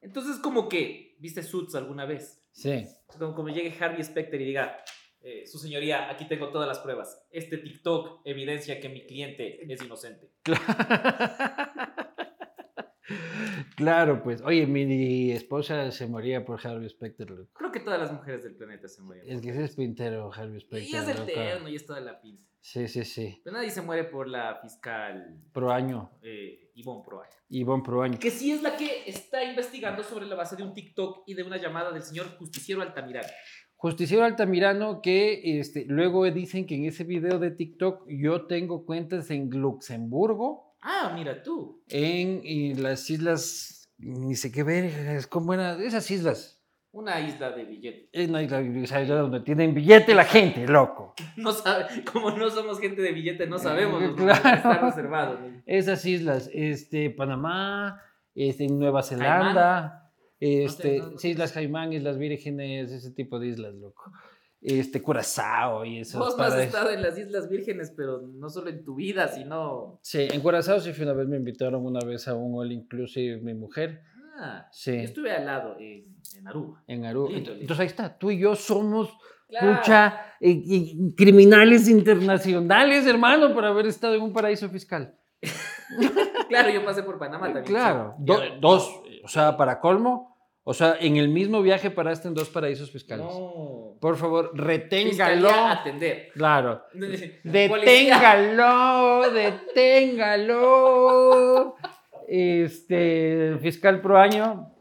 Entonces, como que, ¿viste Suits alguna vez? Sí. Como, como llegue Harvey Specter y diga, eh, su señoría, aquí tengo todas las pruebas. Este TikTok evidencia que mi cliente es inocente. Claro, pues. Oye, mi esposa se moría por Harvey Specter, loco. Creo que todas las mujeres del planeta se mueren. Es que ese es pintero, Harvey Specter. Y es E loco. eterno y es toda la pinta. Sí, sí, sí. Pero nadie se muere por la fiscal Proaño. eh, Ivonne Proal. Ivonne Proaño. Que sí es la que está investigando sobre la base de un TikTok y de una llamada del señor justiciero Altamirano. Justiciero Altamirano, que este, luego dicen que en ese video de TikTok yo tengo cuentas en Luxemburgo, Ah, mira tú. en, y las islas, ni sé qué vergas, ¿cómo eran? Esas islas. Una isla de billetes. Es una isla, esa isla donde tienen billete la gente, loco. No sabe, como no somos gente de billete, no sabemos. Eh, los claro. números, Está reservado. Esas islas, este, Panamá, este, Nueva Zelanda, este, No sé, no- sí, Islas Caimán, Islas Vírgenes, ese tipo de islas, loco. Este, Curazao y eso. Vos no has estado en las Islas Vírgenes, pero no solo en tu vida, sino. Sí, en Curazao sí fui una vez, me invitaron una vez a un All Inclusive mi mujer. Ah, yo Sí, estuve al lado, en, en Aruba. en Aruba. Lindo, lindo. Entonces ahí está, tú y yo somos Claro. pucha, eh, eh, criminales internacionales, hermano, por haber estado en un paraíso fiscal. Claro, yo pasé por Panamá también. claro, sí. do- Y a ver, dos, eh, o sea, para colmo, o sea, en el mismo viaje paraste en dos paraísos fiscales. No. Por favor, reténgalo. Fiscalía atender. Claro. Policía. Deténgalo, deténgalo. Este, fiscal proaño.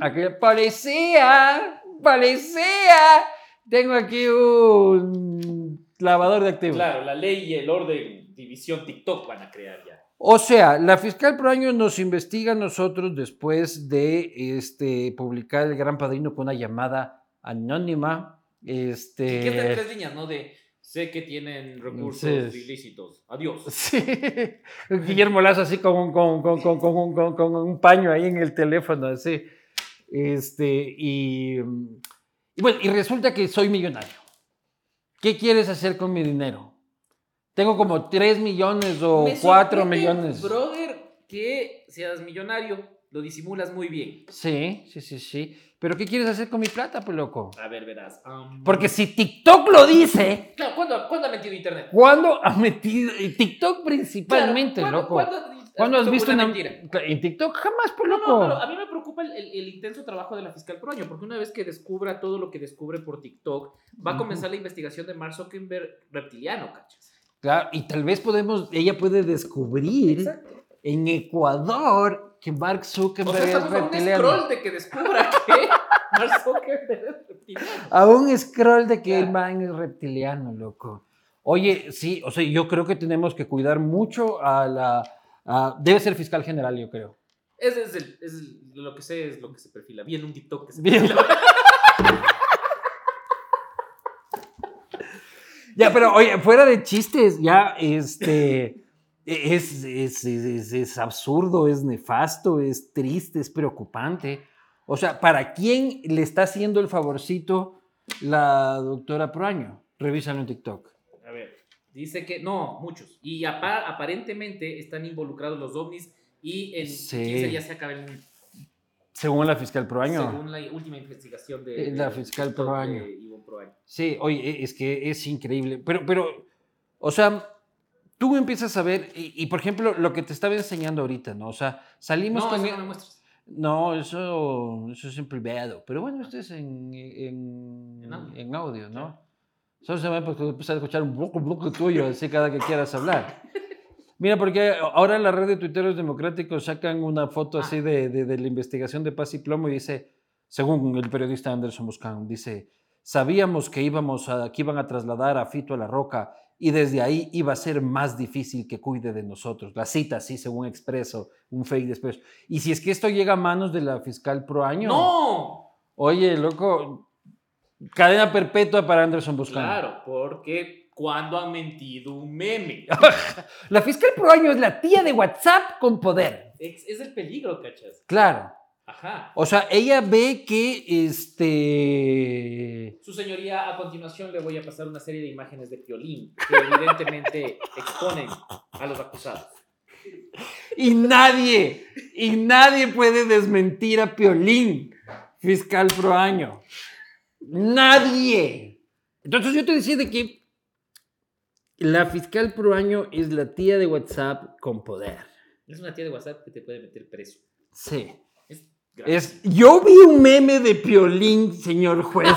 Aquel, policía, policía. Tengo aquí un lavador de activos. Claro, la ley y el orden, división TikTok van a crear ya. O sea, la fiscal Proaño nos investiga a nosotros después de este, publicar El Gran Padrino con una llamada anónima. Sí, que es de Este, tres líneas, ¿no? De sé que tienen recursos Sí. ilícitos. Adiós. Sí, Guillermo Lazo así con, un- con, con, con, con, un- con- con un paño ahí en el teléfono, así. Este, y, mm, y bueno, y resulta que soy millonario. ¿Qué quieres hacer con mi dinero? Tengo como 3 millones o Me 4 sorprende, millones. Brother, que seas millonario, lo disimulas muy bien. Sí, sí, sí, sí. Pero ¿qué quieres hacer con mi plata, pues loco? A ver, verás. am, Porque si TikTok lo dice, Claro, ¿cuándo, cuándo ha metido internet? ¿cuándo ha metido? y TikTok principalmente, Claro, loco. ¿cuándo, ¿Cuándo has TikTok visto una mentira? En TikTok jamás, pues No, loco. no, pero a mí me preocupa el, el- el intenso trabajo de la fiscal Proaño, porque una vez que descubra todo lo que descubre por TikTok, va a Ujú. comenzar la investigación de Mark Zuckerberg reptiliano, ¿cachas? Claro, y tal vez podemos, ella puede descubrir en Ecuador que Mark O Zuckerberg sea, es estamos a un reptiliano. scroll de que descubra que Mark Zuckerberg es reptiliano. A un scroll de que el Claro. man es reptiliano, loco. Oye, sí, o sea, yo creo que tenemos que cuidar mucho a la... a- debe ser fiscal general, yo creo. Ese es, el, es el- lo que sé, es lo que se perfila. Vi en un TikTok que se Bien. perfila. Ya, pero oye, fuera de chistes, ya, este... Es, es, es- es- es absurdo, es nefasto, es triste, es preocupante. O sea, ¿para quién le está haciendo el favorcito la doctora Proaño? Revísalo en TikTok. A ver, dice que no, muchos. Y apa- aparentemente están involucrados los ovnis y en Sí. 15 días se acaba el mundo. Según la fiscal Proaño. Según la última investigación de, Eh, la de- fiscal de- Proaño. de Ivonne Proaño. Sí, oye, e- es que es increíble. Pero, pero, o sea, tú empiezas a ver, y, y, por ejemplo, lo que te estaba enseñando ahorita, ¿no? O sea, salimos No, con. eso e- no me muestres. No, eso, eso es en privado. Pero bueno, esto es en, en, En audio. en audio, ¿no? Solo se va a empezar a escuchar un bloco, bloco tuyo, así cada que quieras hablar. Mira, porque ahora en la red de tuiteros democráticos sacan una foto así de, de- de la investigación de Paz y Plomo y dice, según el periodista Anderson Buscán, dice, sabíamos que, íbamos a, que iban a trasladar a Fito a la roca y desde ahí iba a ser más difícil que cuide de nosotros. La cita así, según expreso, un fake después. Y si es que esto llega a manos de la fiscal Proaño, ¡No! oye, loco, cadena perpetua para Anderson Buscán. Claro, porque cuando ha mentido un meme. La fiscal Proaño es la tía de WhatsApp con poder. Es, es el peligro, cachas. Claro. Ajá. O sea, ella ve que este. Su señoría, a continuación le voy a pasar una serie de imágenes de violín que evidentemente exponen a los acusados. Y nadie, y nadie puede desmentir a Piolín, fiscal pro año. Nadie. Entonces yo te decía de que la fiscal pro año es la tía de WhatsApp con poder. Es una tía de WhatsApp que te puede meter preso. Sí. Es grave. Es, yo vi un meme de Piolín, señor juez.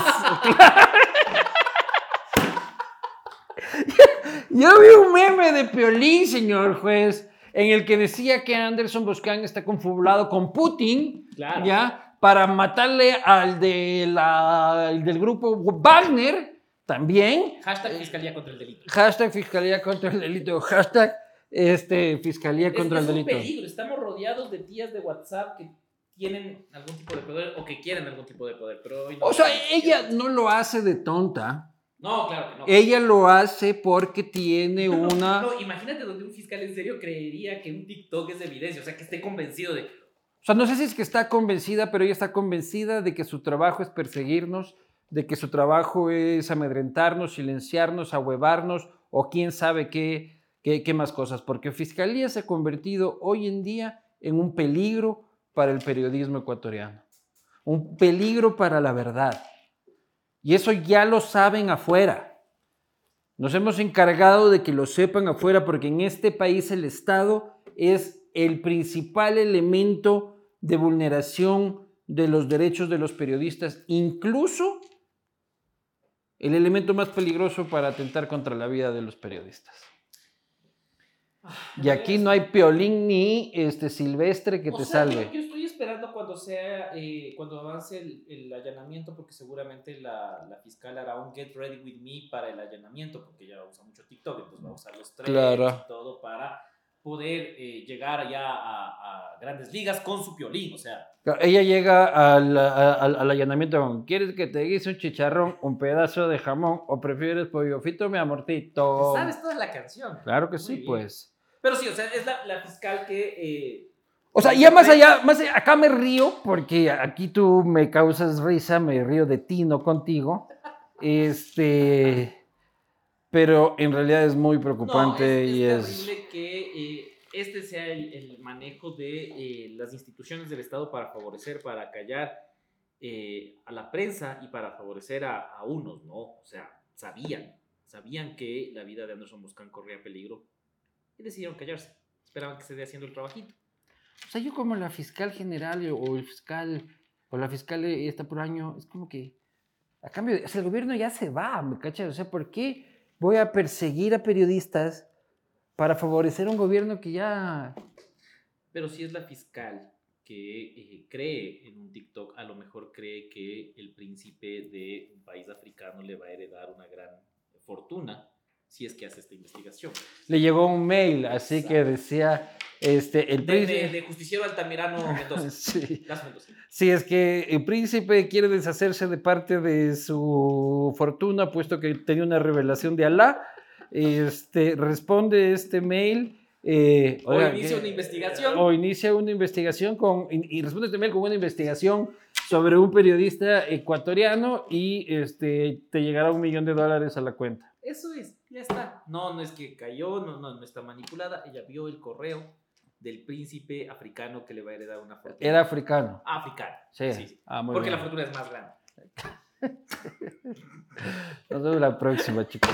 yo vi un meme de Piolín, señor juez, en el que decía que Anderson Boscan está confabulado con Putin, Claro. ¿ya? Para matarle al de la- al del grupo Wagner, también. Hashtag Fiscalía contra el Delito. Hashtag Fiscalía contra el Delito. Hashtag este, Fiscalía Es- contra es el Delito. un peligro. Estamos rodeados de tías de WhatsApp que tienen algún tipo de poder o que quieren algún tipo de poder. Pero hoy no. O sea, ella no lo hace de tonta. No, claro que no. Ella lo hace porque tiene No, no, una. No, imagínate donde un fiscal en serio creería que un TikTok es evidencia, o sea, que esté convencido de. O sea, no sé si es que está convencida, pero ella está convencida de que su trabajo es perseguirnos, de que su trabajo es amedrentarnos, silenciarnos, ahuevarnos o quién sabe qué, qué, qué más cosas. Porque Fiscalía se ha convertido hoy en día en un peligro para el periodismo ecuatoriano, un peligro para la verdad. Y eso ya lo saben afuera. Nos hemos encargado de que lo sepan afuera porque en este país el Estado es el principal elemento de vulneración de los derechos de los periodistas, incluso el elemento más peligroso para atentar contra la vida de los periodistas. Y aquí no hay piolín ni este silvestre que O te sea, salve. Yo, yo estoy esperando cuando sea, eh, cuando avance el, el allanamiento, porque seguramente la, la fiscal hará un get ready with me para el allanamiento, porque ella usa mucho TikTok, entonces va a usar los tres Claro. y todo para poder eh, llegar ya a, a grandes ligas con su violín, o sea, Claro, Ella llega al, a- al- al allanamiento con, ¿quieres que te guise un chicharrón, un pedazo de jamón o prefieres pollo frito, mi amortito? sabes toda la canción. Claro que Muy sí, bien. pues. Pero sí, o sea, es la, la fiscal que eh, O sea, ya más allá, más allá- acá me río porque aquí tú me causas risa, me río de ti, no contigo. Este, pero en realidad es muy preocupante No, y es, es es... terrible que eh, este sea el, el manejo de eh, las instituciones del Estado para favorecer, para callar eh, a la prensa y para favorecer a, a unos, ¿no? O sea, sabían, sabían que la vida de Anderson Buscán corría peligro y decidieron callarse. Esperaban que se dé haciendo el trabajito. O sea, yo como la fiscal general o- o el fiscal, o la fiscal eh, está por año, es como que, a cambio, de- o sea, el gobierno ya se va, ¿me cachas? O sea, ¿por qué voy a perseguir a periodistas para favorecer a un gobierno que ya... Pero si es la fiscal que eh, cree en un TikTok, a lo mejor cree que el príncipe de un país africano le va a heredar una gran fortuna si es que hace esta investigación. Le llegó un mail, así que Exacto. decía, este, el De, de- príncipe... de justiciero Altamirano Mendoza. Sí. Las Mendoza. Si es que el príncipe quiere deshacerse de parte de su fortuna, puesto que tenía una revelación de Alá, este, responde este mail. eh, O inicia que- una investigación. O inicia una investigación con, y, y responde este mail con una investigación sobre un periodista ecuatoriano y este, te llegará un millón de dólares a la cuenta. Eso es, ya está. No, no es que cayó, no, no, no está manipulada. Ella vio el correo del príncipe africano que le va a heredar una fortuna. Era africano. africano. Sí. Sí, sí. Ah, muy porque bien. la fortuna es más grande. Nos vemos la próxima, chicos.